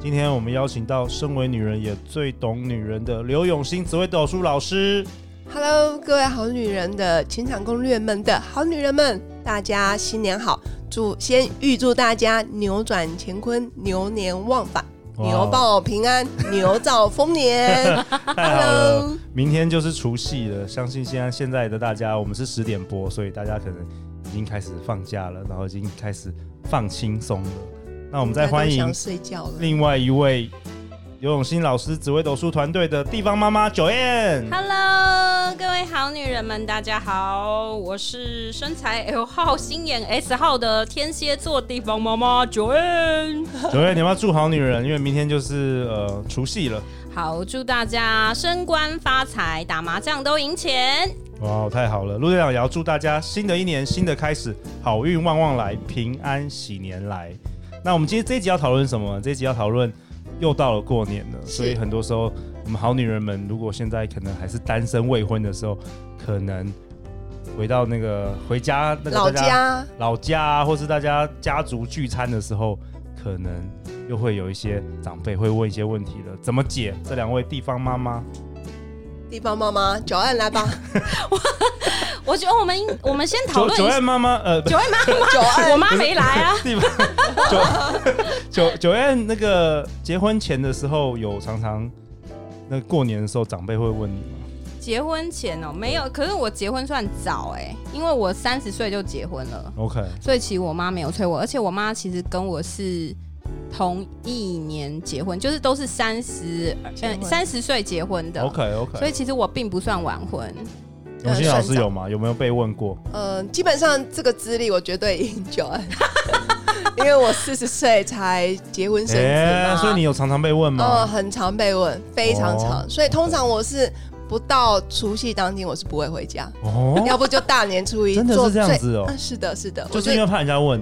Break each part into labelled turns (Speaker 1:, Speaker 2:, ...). Speaker 1: 今天我们邀请到身为女人也最懂女人的刘永新紫薇斗数老师。
Speaker 2: Hello，各位好女人的情场攻略们的好女人们，大家新年好！祝先预祝大家扭转乾坤，牛年旺法，
Speaker 1: 哇哦
Speaker 2: 牛报平安，牛兆丰年。
Speaker 1: 太好了
Speaker 2: Hello
Speaker 1: 明天就是除夕了。相信现在现在的大家，我们是十点播，所以大家可能已经开始放假了，然后已经开始放轻松了。那 我们再欢
Speaker 2: 大家都
Speaker 1: 迎
Speaker 2: 想睡觉了。
Speaker 1: 另外一位游泳新老师紫薇斗数团队的地方妈妈九燕。
Speaker 3: Hello，各位好女人们，大家好，我是身材 L 号、心眼 S 号的天蝎座地方妈妈 Joanne。
Speaker 1: 九燕，你要不要祝好女人，因为明天就是呃除夕了。
Speaker 3: 好，祝大家升官发财，打麻将都赢钱。
Speaker 1: 哇，太好了！陆队长也要祝大家新的一年新的开始，好运旺旺来，平安喜年来。那我们今天这一集要讨论什么？这一集要讨论又到了过年了，所以很多时候我们好女人们，如果现在可能还是单身未婚的时候，可能回到那个回家那个
Speaker 2: 老
Speaker 1: 大家
Speaker 2: 家
Speaker 1: 老家啊，或是大家家族聚餐的时候，可能又会有一些长辈会问一些问题了，怎么解？这两位地方妈妈
Speaker 2: 地方妈妈，九安来吧，
Speaker 3: 我觉得我们应我们先讨
Speaker 1: 九
Speaker 3: 论
Speaker 1: 九
Speaker 3: 一
Speaker 1: 位
Speaker 3: 下，
Speaker 1: 妈妈呃。
Speaker 3: 九位妈
Speaker 2: 九
Speaker 3: 妈，我
Speaker 2: 安
Speaker 3: 妈没来啊。
Speaker 1: 地方 九九九燕那个结婚前的时候，有常常那过年的时候，长辈会问你吗？
Speaker 3: 结婚前哦、没有，可是我结婚算早哎、因为我三十岁就结婚了。
Speaker 1: OK，
Speaker 3: 所以其实我妈没有催我，而且我妈其实跟我是同一年结婚，就是都是三十
Speaker 2: 结 婚
Speaker 3: 嗯三十岁结婚的。
Speaker 1: OK OK，
Speaker 3: 所以其实我并不算晚婚，
Speaker 1: 永新
Speaker 2: 呃
Speaker 1: 老
Speaker 2: 算
Speaker 1: 师有吗？有没有被问过？
Speaker 2: 呃，基本上这个资历我绝对赢九安， 因为我四十岁才结婚生子嘛、
Speaker 1: 哎所以你有常常被问吗？
Speaker 2: 哦，很常被问，非常常。
Speaker 1: 哦
Speaker 2: 所以通常我是不到除夕当天，我是不会回家，
Speaker 1: 哦，
Speaker 2: 要不就大年初一
Speaker 1: 真的
Speaker 2: 做
Speaker 1: 是这样
Speaker 2: 最
Speaker 1: 子哦
Speaker 2: 嗯，是的，是的，
Speaker 1: 就是因
Speaker 2: 我
Speaker 1: 为怕人家问。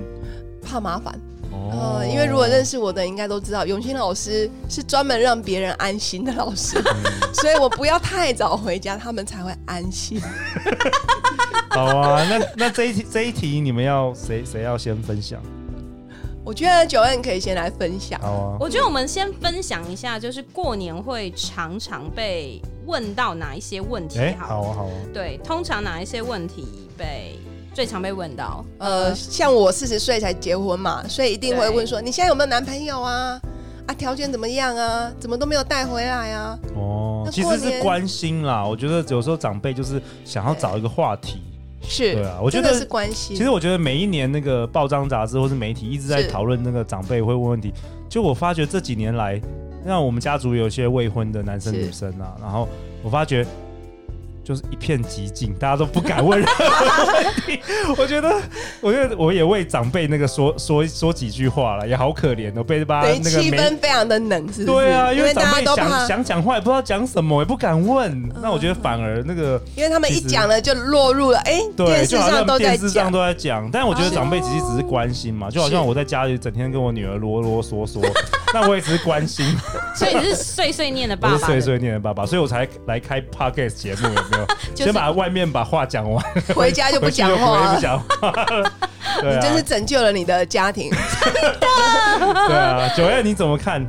Speaker 2: 就怕麻烦。
Speaker 1: 哦
Speaker 2: 呃，因为如果认
Speaker 1: 识，
Speaker 2: 识我的应该都知道，永清老师是专门让别人安心的老师，
Speaker 1: 嗯
Speaker 2: 所以我不要太早回家，他们才会安心。
Speaker 1: 好啊，那那这一题这一题你们要谁谁要先分享？
Speaker 2: 我觉得九恩可以先来分享，
Speaker 1: 好啊，
Speaker 3: 我觉得我们先分享一下，就是过年会常常被问到哪一些问题
Speaker 1: 哎，
Speaker 3: 好了？
Speaker 1: 好啊，好啊，
Speaker 3: 对，通常哪一些问题被最常被问到？
Speaker 1: 嗯
Speaker 2: 呃，像我四十岁才结婚嘛，所以一定会问说你现在有没有男朋友啊？啊，条件怎么样啊？怎么都没有带回来啊？
Speaker 1: 哦，
Speaker 2: 那
Speaker 1: 其
Speaker 2: 过
Speaker 1: 实是
Speaker 2: 年
Speaker 1: 关心啦。我觉得有时候长辈就是想要找一个话题。
Speaker 2: 是，
Speaker 1: 对啊我觉
Speaker 2: 真的
Speaker 1: 得
Speaker 2: 是关系。
Speaker 1: 其实我觉得每一年那个报章杂志或是媒体一直在
Speaker 2: 是
Speaker 1: 讨论那个长辈会问问题，就我发觉这几年来，让我们家族有些未婚的男生
Speaker 2: 是
Speaker 1: 女生啊，然后我发觉就是一片寂静，大家都不敢问任何问题。我觉得，我觉得我也为长辈那个说说说几句话了，也好可怜哦，被把
Speaker 2: 等于
Speaker 1: 那个
Speaker 2: 气
Speaker 1: 媒
Speaker 2: 氛非常的冷，是不是？
Speaker 1: 对啊，因
Speaker 2: 因
Speaker 1: 为长
Speaker 2: 大
Speaker 1: 辈
Speaker 2: 家都
Speaker 1: 想
Speaker 2: 怕，嗯
Speaker 1: 想讲话也不知道讲什么，也不敢问。那我觉得反而那个。
Speaker 2: 因为他们一
Speaker 1: 其实
Speaker 2: 讲了就落入了，哎、
Speaker 1: 对，
Speaker 2: 电视
Speaker 1: 就好
Speaker 2: 上
Speaker 1: 像
Speaker 2: 都在
Speaker 1: 电视上
Speaker 2: 讲，
Speaker 1: 都在讲，但我觉得
Speaker 2: 是
Speaker 1: 长辈其实只是关心嘛，就好像我在家里整天跟我女儿啰啰嗦嗦，那我也只是关心，
Speaker 3: 所以你是碎碎念的
Speaker 1: 我
Speaker 3: 爸
Speaker 1: 是
Speaker 3: 爸
Speaker 1: 碎碎念的爸爸，所以我才来开 podcast 节目，有没有？
Speaker 3: 就是
Speaker 1: 先把外面把话讲完，
Speaker 2: 回家就不
Speaker 1: 回去就
Speaker 2: 讲
Speaker 1: 不
Speaker 2: 话
Speaker 1: 会
Speaker 2: 了
Speaker 1: 不。讲话了。对
Speaker 2: 你真是
Speaker 1: 啊，
Speaker 2: 拯救了你的 家庭，
Speaker 1: 对啊，九月你怎么看？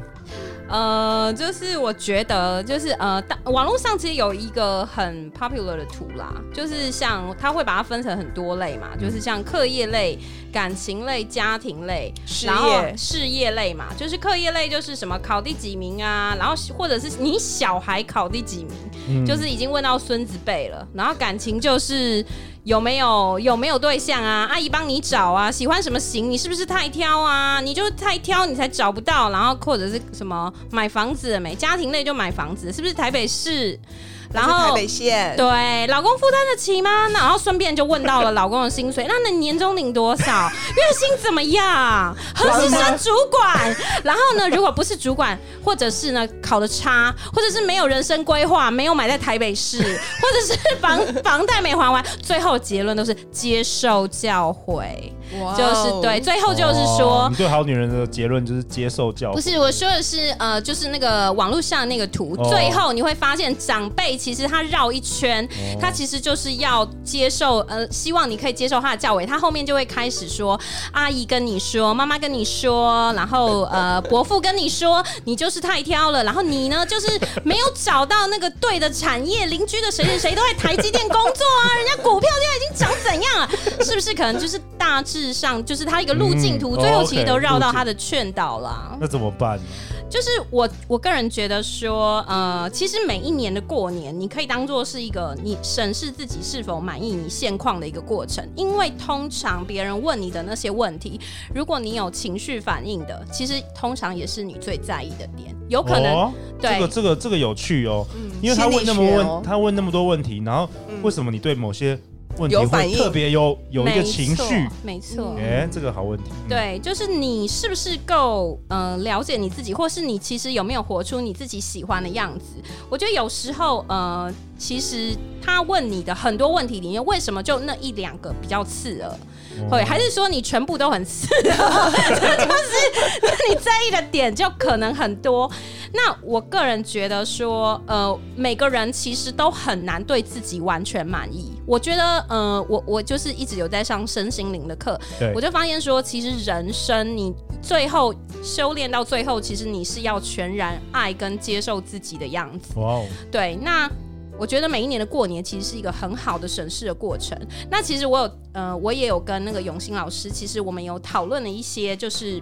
Speaker 3: 呃，就是我觉得，就是呃，大网络上其实有一个很 popular 的图啦，就是像它会把它分成很多类嘛，就是像课业类、感情类、家庭类，
Speaker 2: 事
Speaker 3: 然后事业类嘛，就是课业类就是什么考第几名啊，然后或者是你小孩考第几名，
Speaker 1: 嗯
Speaker 3: 就是已经问到孙子辈了，然后感情就是有没有有没有对象啊，阿姨帮你找啊，喜欢什么型，你是不是太挑啊？你就是太挑，你才找不到。然后或者是什么买房子了没？家庭类就买房子，是不是台北市？然
Speaker 2: 还是台
Speaker 3: 后
Speaker 2: 北县，
Speaker 3: 对，老公负担得起吗？那然后顺便就问到了老公的薪水，那你年终领多少？ 月薪怎么样？何时升主管？然后呢，如果不是主管，或者是呢考的差，或者是没有人生规划，没有买在台北市，或者是房 房贷没还完，最后结论都是接受教诲，
Speaker 2: 哇哦
Speaker 3: 就是对，，最后就是说
Speaker 1: 哦你对好女人的结论就是接受教育，
Speaker 3: 不是，我说的是呃，就是那个网络上那个图，
Speaker 1: 哦
Speaker 3: 最后你会发现长辈其实他绕一圈，
Speaker 1: 哦
Speaker 3: 他其实就是要接受呃，希望你可以接受他的教诲，他后面就会开始说阿姨跟你说，妈妈跟你说，然后 呃伯父跟你说，你就是太挑了，然后你呢就是没有找到那个对的产业，邻居的谁谁谁都在台积电工作 啊，人家股票现在已经涨怎样了，是不是？可能就是大致上就是他一个路径图，
Speaker 1: 嗯
Speaker 3: 最后
Speaker 1: 哦
Speaker 3: 其实
Speaker 1: OK，
Speaker 3: 都绕
Speaker 1: 路
Speaker 3: 到
Speaker 1: 径
Speaker 3: 他的劝导啦。
Speaker 1: 那怎么办呢？
Speaker 3: 就是我我个人觉得说，呃，其实每一年的过年，你可以当做是一个你审视自己是否满意你现况的一个过程，因为通常别人问你的那些问题，如果你有情绪反应的，其实通常也是你最在意的点，有可能、
Speaker 1: 哦、
Speaker 3: 对
Speaker 1: 这个这个这个有趣哦，
Speaker 2: 嗯
Speaker 1: 因为他问那么
Speaker 2: 心理学
Speaker 1: 问，
Speaker 2: 哦
Speaker 1: 他问那么多问题，然后
Speaker 2: 嗯
Speaker 1: 为什么你对某些问题
Speaker 2: 有反
Speaker 1: 会
Speaker 2: 应
Speaker 1: 特别有有一个
Speaker 3: 没
Speaker 1: 情
Speaker 3: 错
Speaker 1: 绪？，
Speaker 3: 没错。
Speaker 1: 哎、这个好问题。嗯，
Speaker 3: 对，就是你是不是够呃了解你自己，或是你其实有没有活出你自己喜欢的样子？我觉得有时候呃，其实他问你的很多问题里面，为什么就那一两个比较刺耳？
Speaker 1: 哦
Speaker 3: 会还是说你全部都很刺 耳？这就是 你在意的点就可能很多。那我个人觉得说，呃，每个人其实都很难对自己完全满意。我觉得，呃，我我就是一直有在上身心灵的课，
Speaker 1: 对
Speaker 3: 我就发现说，其实人生你最后修炼到最后，其实你是要全然爱跟接受自己的样子。
Speaker 1: 哇哦，
Speaker 3: 对，那我觉得每一年的过年其实是一个很好的审视的过程。那其实我有，呃，我也有跟那个永兴老师，其实我们有讨论了一些，就是。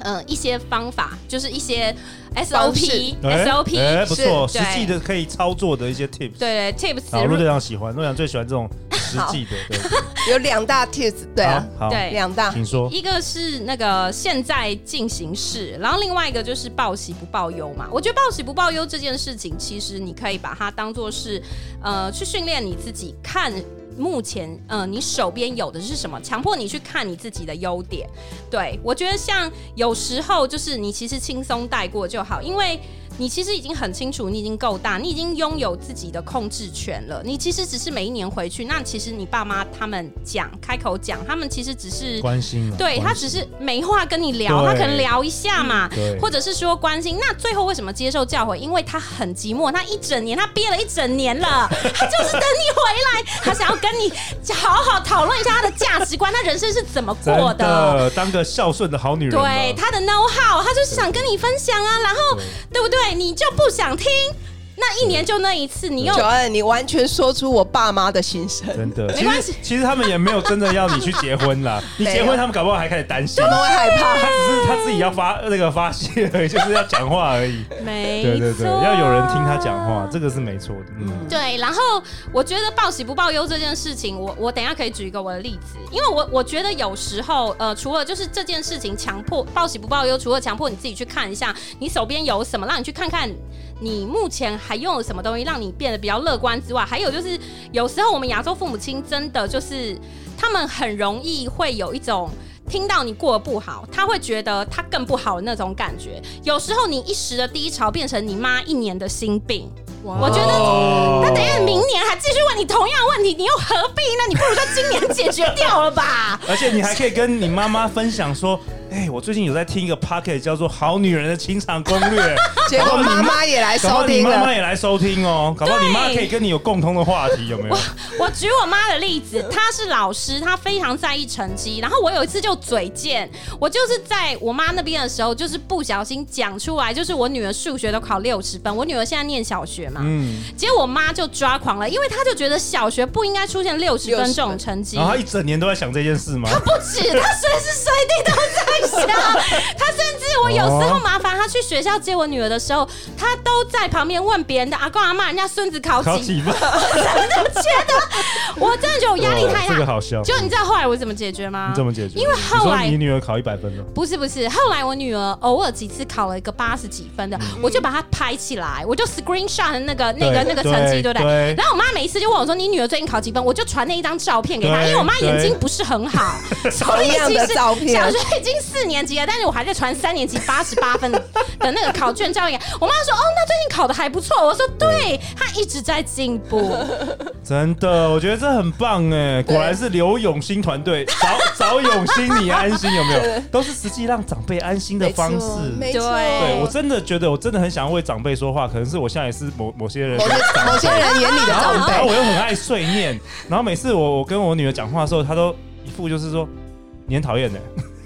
Speaker 3: 呃，一些方法就是一些 SOP
Speaker 1: 哎
Speaker 3: SOP，、
Speaker 1: 哎不错，
Speaker 3: 是
Speaker 1: 实
Speaker 3: 对
Speaker 1: 际的可以操作的一些 tips。
Speaker 3: 对对 tips，
Speaker 1: 好，陆队长喜欢，陆队长最喜欢这种实 际的。对，
Speaker 2: 有两大 tips，对啊，
Speaker 1: 好，好，
Speaker 3: 对
Speaker 2: 两大
Speaker 1: 请说。
Speaker 3: 一个是那个现在进行式，然后另外一个就是报喜不报忧嘛。我觉得报喜不报忧这件事情，其实你可以把它当做是呃去训练你自己看。目前，呃，你手边有的是什么？强迫你去看你自己的优点。对我觉得，像有时候就是你其实轻松带过就好，因为你其实已经很清楚，你已经够大，你已经拥有自己的控制权了。你其实只是每一年回去，那其实你爸妈他们讲开口讲，他们其实只是
Speaker 1: 关心了，
Speaker 3: 对他
Speaker 1: 关心
Speaker 3: 只是没话跟你聊，
Speaker 1: 对嗯
Speaker 3: 他可能聊一下嘛，
Speaker 1: 对
Speaker 3: 或者是说关心。那最后为什么接受教诲？因为他很寂寞，他一整年他憋了一整 年了，他就是等你回来，他想要跟你好好讨论一下他的价值观，他人生是怎么
Speaker 1: 真
Speaker 3: 过的。
Speaker 1: 的当个孝顺的好女人吧。
Speaker 3: 对他的 know how，他就是想跟你分享啊，然后
Speaker 1: 对
Speaker 3: 对不对？你就不想听，那一年就那一次，你又
Speaker 2: 九
Speaker 1: 嗯
Speaker 2: 二，你完全说出我爸妈的心声，
Speaker 1: 真的，
Speaker 3: 没
Speaker 1: 其
Speaker 3: 关
Speaker 1: 实其实他们也没有真的要你去结婚 啦，你结
Speaker 2: 没有
Speaker 1: 婚他们搞不好还开始担心
Speaker 2: 他。们会害
Speaker 3: 啊
Speaker 1: 他
Speaker 2: 怕。
Speaker 1: 只是他自己要发那个发泄 而已，就是要讲话而已。
Speaker 3: 没
Speaker 1: 对对对，
Speaker 3: 错
Speaker 1: 要有人听他讲话，这个是没错的。嗯，
Speaker 3: 对，然后我觉得报喜不报忧这件事情，我我等一下可以举一个我的例子，因为我我觉得有时候呃，除了就是这件事情强迫报喜不报忧，除了强迫你自己去看一下你手边有什么，让你去看看你目前还拥有什么东西，让你变得比较乐观之外，还有就是有时候我们亚洲父母亲真的就是他们很容易会有一种。听到你过得不好，他会觉得他更不好的那种感觉。有时候你一时的低潮变成你妈一年的心病，我觉得
Speaker 1: 哦。
Speaker 3: 那等一下明年还继续问你同样的问题，你又何必呢？你不如就今年解决掉了吧
Speaker 1: 而且你还可以跟你妈妈分享说，哎，我最近有在听一个 pocket 叫做《好女人的情场攻 略》，
Speaker 2: 结果妈妈也来
Speaker 1: 搞不好
Speaker 2: 收
Speaker 3: 啊
Speaker 1: 你
Speaker 2: 听
Speaker 1: 妈
Speaker 2: 了
Speaker 1: 妈。也来收听哦，搞不好你妈可以跟你有共通的话题，有没有？
Speaker 3: 我举我妈的例子，她是老师，她非常在意成绩。然后我有一次就嘴贱，我就是在我妈那边的时候，就是不小心讲出来，就是我女儿数学都考六十分，我女儿现在念小学嘛，
Speaker 1: 嗯，
Speaker 3: 结果我妈就抓狂了，因为她就觉得小学不应该出现六十分这种成绩
Speaker 1: 哦
Speaker 3: 啊
Speaker 1: 然。后她一整年都在想这件事吗？
Speaker 3: 不止，她随时随地都在校， 他甚至我有时
Speaker 1: 哦
Speaker 3: 候麻烦他去学校接我女儿的时候，他都在旁边问别人的阿公阿妈，人家孙子考
Speaker 1: 考
Speaker 3: 几，
Speaker 1: 几分？
Speaker 3: 我真的觉得我压力太
Speaker 1: 哦 这个
Speaker 3: 大。
Speaker 1: 好笑。
Speaker 3: 就你知道后来我怎么解决吗？
Speaker 1: 你怎么解决？
Speaker 3: 因为后
Speaker 1: 你
Speaker 3: 来
Speaker 1: 说你女儿考一百分了，
Speaker 3: 不是不是，后来我女儿偶尔几次考了一个八十几分的，
Speaker 1: 嗯
Speaker 3: 我就把它拍起来，我就 screenshot 那个那个那个成绩，对不对？
Speaker 1: 对。
Speaker 3: 然后我妈每一次就问我说：“你女儿最近考几分？”我就传那一张照片给她，
Speaker 1: 对
Speaker 3: 因为我妈眼睛不是很好，所以
Speaker 2: 同样
Speaker 3: 其
Speaker 2: 的
Speaker 3: 实
Speaker 2: 照 片
Speaker 3: 小学已经四年级了，但是我还在传三年级八十八分的 的那个考卷照片给她。我妈说：“哦，那最近考的还不错。”我说：“对，她一直在进步。
Speaker 1: 真的，我觉得这很棒哎，果然是刘永新团队，找找永新你安心有 没有？都是实际让长辈安心的方式。
Speaker 2: 没错，
Speaker 3: 对
Speaker 1: 对我真的觉得，我真的很想要为长辈说话，可能是我现在也是某某些人
Speaker 2: 某些某些人眼里的
Speaker 1: 然后
Speaker 2: 长
Speaker 1: 然后
Speaker 2: 辈，
Speaker 1: 我又很爱碎念，然后每次我我跟我女儿讲话的时候，她都一副就是说你很讨厌的，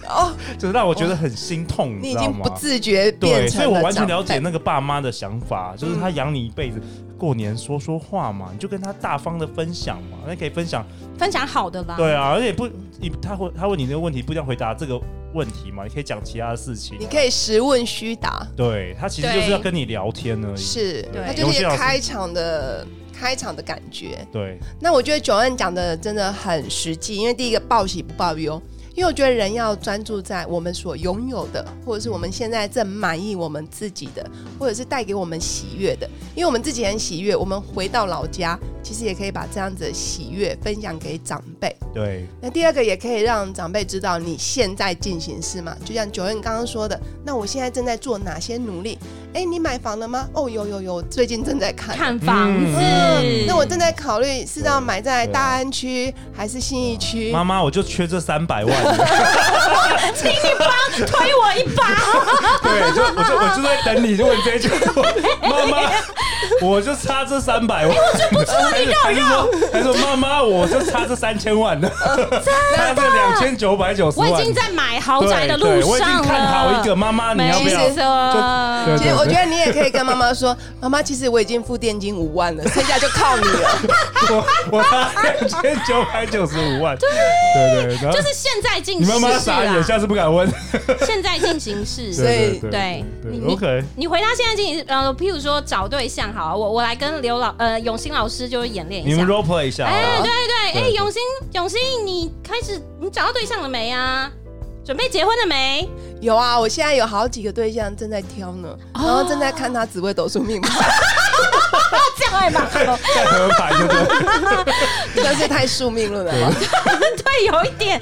Speaker 2: 哦，
Speaker 1: 就是让我觉得很心痛，
Speaker 2: 你
Speaker 1: 知
Speaker 2: 已
Speaker 1: 道
Speaker 2: 经
Speaker 1: 吗
Speaker 2: 不？自觉变
Speaker 1: 对，所
Speaker 2: 成
Speaker 1: 以我完
Speaker 2: 了长
Speaker 1: 全了
Speaker 2: 辈嗯
Speaker 1: 解。那个爸妈的想法，就是他养你一辈子，过年说说话嘛，你就跟他大方的分享嘛，那可以分享。”
Speaker 3: 分享好的啦，
Speaker 1: 对啊，而且不，你他会他问你这个问题，不一定要回答这个问题嘛，你可以讲其他的事情
Speaker 2: 你
Speaker 1: 啊。
Speaker 2: 可以实问虚答，
Speaker 1: 对他其实就是要跟你聊天而已。
Speaker 2: 是，
Speaker 1: 对
Speaker 2: 它就是一
Speaker 1: 有些老
Speaker 2: 个
Speaker 1: 师
Speaker 2: 开场的开场的感觉。
Speaker 1: 对，
Speaker 2: 那我觉得九恩讲的真的很实际，因为第一个报喜不报忧，因为我觉得人要专注在我们所拥有的，或者是我们现在正满意我们自己的，或者是带给我们喜悦的，因为我们自己很喜悦，我们回到老家，其实也可以把这样子的喜悦分享给长辈。
Speaker 1: 对，
Speaker 2: 那第二个也可以让长辈知道你现在进行式嘛，就像九恩刚刚说的，那我现在正在做哪些努力？哎，你买房了吗？哦，有有有，最近正在看。
Speaker 3: 看房
Speaker 1: 嗯
Speaker 3: 子。
Speaker 1: 嗯
Speaker 2: 那我正在考虑是要买在大安区还是信义区。
Speaker 1: 妈妈我就缺这三百万，
Speaker 3: 请你帮推我一 把，
Speaker 1: 对，就我就我就在等你问这一句，妈妈。我就差这三百万，我就不出来肉肉。他说：“妈妈，我就差这三千万了，差这两千九百九十
Speaker 3: 我
Speaker 1: 万。”
Speaker 3: 已经在买豪宅的路
Speaker 1: 对对我已
Speaker 3: 上
Speaker 1: 经
Speaker 3: 了。
Speaker 1: 看好一个，妈妈，你
Speaker 3: 没哦
Speaker 1: 要不要？
Speaker 3: 错，
Speaker 1: 对
Speaker 2: 其实我觉得你也可以跟妈妈说， 妈妈，其实我已经付定金五万了，剩下就靠你了。
Speaker 1: 我我差两千九百九十五万，对对对，然后
Speaker 3: 就是现在进
Speaker 1: 你
Speaker 3: 行
Speaker 1: 妈妈
Speaker 3: 式
Speaker 1: 傻眼，
Speaker 3: 啦，
Speaker 1: 下次不敢问。
Speaker 3: 现在进行式。
Speaker 2: 所以
Speaker 3: 对你你
Speaker 1: OK，
Speaker 3: 你回答现在进行式，呃，譬如说找对象好啊，我我来跟刘老呃永兴老师就是演练一
Speaker 1: 你
Speaker 3: 下
Speaker 1: 们。role play 一下好
Speaker 3: 哎，
Speaker 1: 了。
Speaker 3: 对对
Speaker 1: 啊对
Speaker 3: 哎，
Speaker 1: 对
Speaker 3: 永兴永兴，你开始你找到对象了没啊？准备结婚了 没？
Speaker 2: 有啊，我现在有好几个对象正在挑呢，然后正在看他紫微斗数命盘，
Speaker 3: 这样哎吧，
Speaker 1: 在合盘对不对？
Speaker 2: 但是太宿命论了嘛。
Speaker 3: 对，有一点。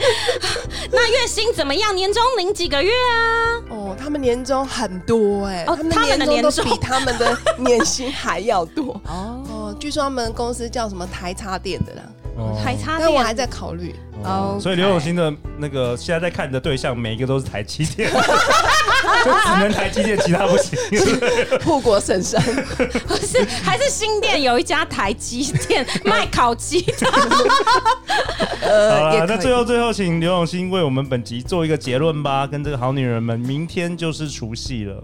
Speaker 3: 那月薪怎么样？年终领几个月啊？
Speaker 2: 哦，他们年终很多哎、
Speaker 3: 哦
Speaker 2: 他
Speaker 3: 他们
Speaker 2: 们
Speaker 3: 的
Speaker 2: 年终都
Speaker 3: 年终。
Speaker 2: 比他们的年薪还要多
Speaker 3: 哦，
Speaker 2: 哦，据说他们公司叫什么台插电的啦，
Speaker 3: 还差
Speaker 2: 但
Speaker 3: 点。
Speaker 2: 我还在考虑。
Speaker 1: 哦所以刘永新的那个现在在看的对象，每一个都是台积电， 就只能台积电，其他不行。
Speaker 2: 护国神山，
Speaker 3: 不是，还是新店有一家台积店 卖烤鸡的，
Speaker 1: 好
Speaker 2: 呃，也
Speaker 1: 了，
Speaker 2: 可
Speaker 1: 那
Speaker 2: 以
Speaker 1: 最后最后，请刘永新为我们本集做一个结论吧，跟这个好女人们，明天就是除夕了，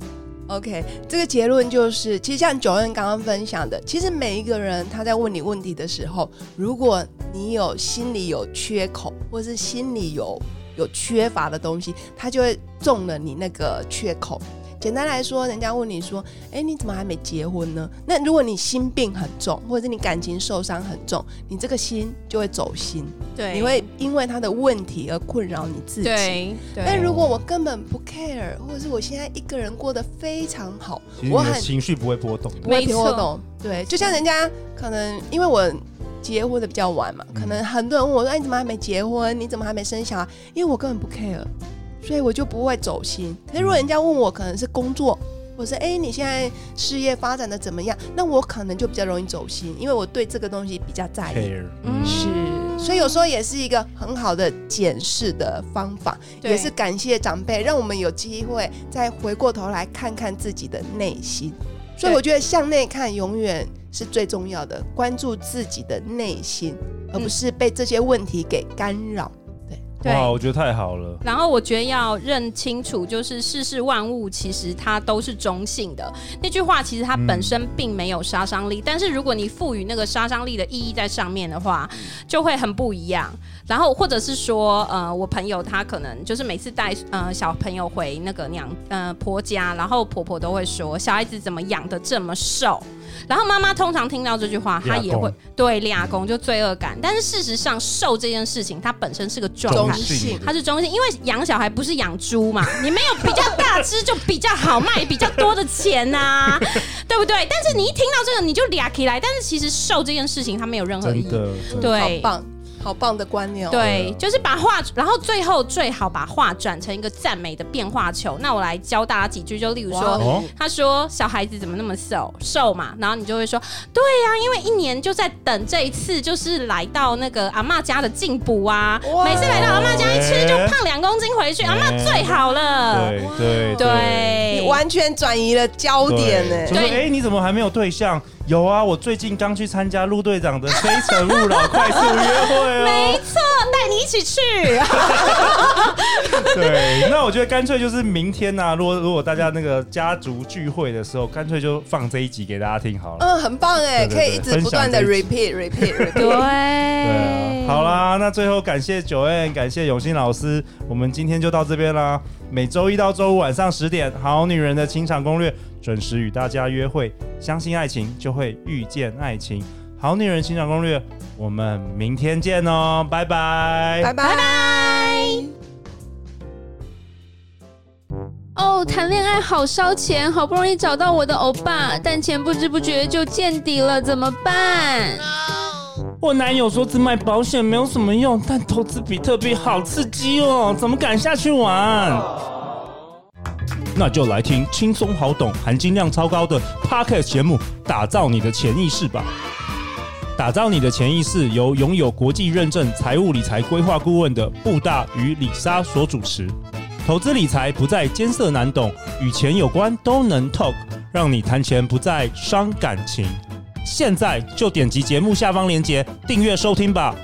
Speaker 2: OK，这个结论就是，其实像九恩刚刚分享的，其实每一个人他在问你问题的时候，如果你有心里有缺口，或是心里有有缺乏的东西，他就会中了你那个缺口。简单来说，人家问你说：“哎、你怎么还没结婚呢？”那如果你心病很重，或者是你感情受伤很重，你这个心就会走心，
Speaker 3: 对
Speaker 2: 你会因为他的问题而困扰你自己。
Speaker 3: 对对
Speaker 2: 但如果我根本不 care，或者是我现在一个人过得非常好
Speaker 1: 其，实
Speaker 2: 我
Speaker 1: 你的
Speaker 2: 很
Speaker 1: 情绪不会波动的。
Speaker 2: 不会
Speaker 3: 没
Speaker 2: 听
Speaker 3: 错
Speaker 2: 我懂。对，就像人家可能因为我结婚的比较晚
Speaker 1: 嗯
Speaker 2: 嘛，可能很多人问我说：“哎，你怎么还没结婚？你怎么还没生小孩？”因为我根本不 care，所以我就不会走心。可是如果人家问我，可能是工作。或是哎，你现在事业发展的怎么样？那我可能就比较容易走心，因为我对这个东西比较在意。
Speaker 1: care，
Speaker 3: 嗯
Speaker 2: 是，所以有时候也是一个很好的检视的方法，
Speaker 3: 对
Speaker 2: 也是感谢长辈，让我们有机会再回过头来看看自己的内心。所以
Speaker 3: 对
Speaker 2: 我觉得向内看永远是最重要的，关注自己的内心，而不是被这些问题给干扰。
Speaker 3: 对
Speaker 1: 哇，我觉得太好了。
Speaker 3: 然后我觉得要认清楚，就是世事万物其实它都是中性的。那句话其实它本身并没有杀伤力，但是如果你赋予那个杀伤力的意义在上面的话，就会很不一样。然后或者是说，呃，我朋友他可能就是每次带呃小朋友回那个娘呃婆家，然后婆婆都会说小孩子怎么养的这么瘦。然后妈妈通常听到这句话，她也会
Speaker 1: 俩公
Speaker 3: 对俩公就罪恶感。但是事实上，瘦这件事情它本身是个状态
Speaker 2: 中，性
Speaker 3: 它是中性，因为养小孩不是养猪嘛，你没有比较大只就比较好卖比较多的钱呐、对不对？但是你一听到这个你就俩起来，但是其实瘦这件事情它没有任何
Speaker 1: 真
Speaker 3: 意义，
Speaker 1: 的，真的
Speaker 3: 对
Speaker 2: 好棒，好棒的观念哦。
Speaker 3: 对，就是把话，然后最后最好把话转成一个赞美的变化球。那我来教大家几句，就例如
Speaker 2: 哇
Speaker 3: 说。
Speaker 1: 哦，
Speaker 3: 他说：“小孩子怎么那么瘦瘦嘛？”然后你就会说：“对呀、因为一年就在等这一次，就是来到那个阿嬷家的进补啊。
Speaker 1: 哦
Speaker 2: 哇
Speaker 3: 每次来到阿嬷家一吃就
Speaker 1: 哎
Speaker 3: 胖两公斤回去，阿嬷最好了。
Speaker 1: 对
Speaker 2: 哇
Speaker 1: 哎对
Speaker 3: 对，
Speaker 2: 你哦完全转移了焦点欸呢、
Speaker 1: 就说
Speaker 3: 对
Speaker 1: 哎，你怎么还没有对象？有啊，我最近刚去参加陆队长的《非诚勿扰》快速约会
Speaker 3: 没
Speaker 1: 哦。
Speaker 3: 错，带你一 起去。
Speaker 1: 对，那我觉得干脆就是明天呐、如果如果大家那个家族聚会的时候，干脆就放这一集给大家听好了。
Speaker 2: 嗯，很棒
Speaker 1: 对对
Speaker 2: 哎、
Speaker 1: 对
Speaker 2: 可以一直不断的
Speaker 1: 分
Speaker 2: repeat repeat repeat。
Speaker 1: 对啊，好啦，那最后感谢九恩，感谢永新老师，我们今天就到这边啦。每周一到周五晚上十点，《好女人的情场攻略》准时与大家约会。相信爱情，就会遇见爱情。好女人情场攻略，我们明天见哦，拜拜。
Speaker 2: 拜拜。
Speaker 4: 哦，谈恋爱好烧钱，好不容易找到我的欧巴，但钱不知不觉就见底了，怎么办？
Speaker 5: 我男友说只买保险没有什么用，但投资比特币好刺激哦，怎么敢下去玩？
Speaker 1: 那就来听轻松好懂、含金量超高的 Podcast 节目，打造你的潜意识吧。打造你的潜意识由拥有国际认证财务理财规划顾问的布大与李莎所主持。投资理财不再艰涩难懂，与钱有关都能 talk，让你谈钱不再伤感情。现在就点击节目下方链接订阅收听吧。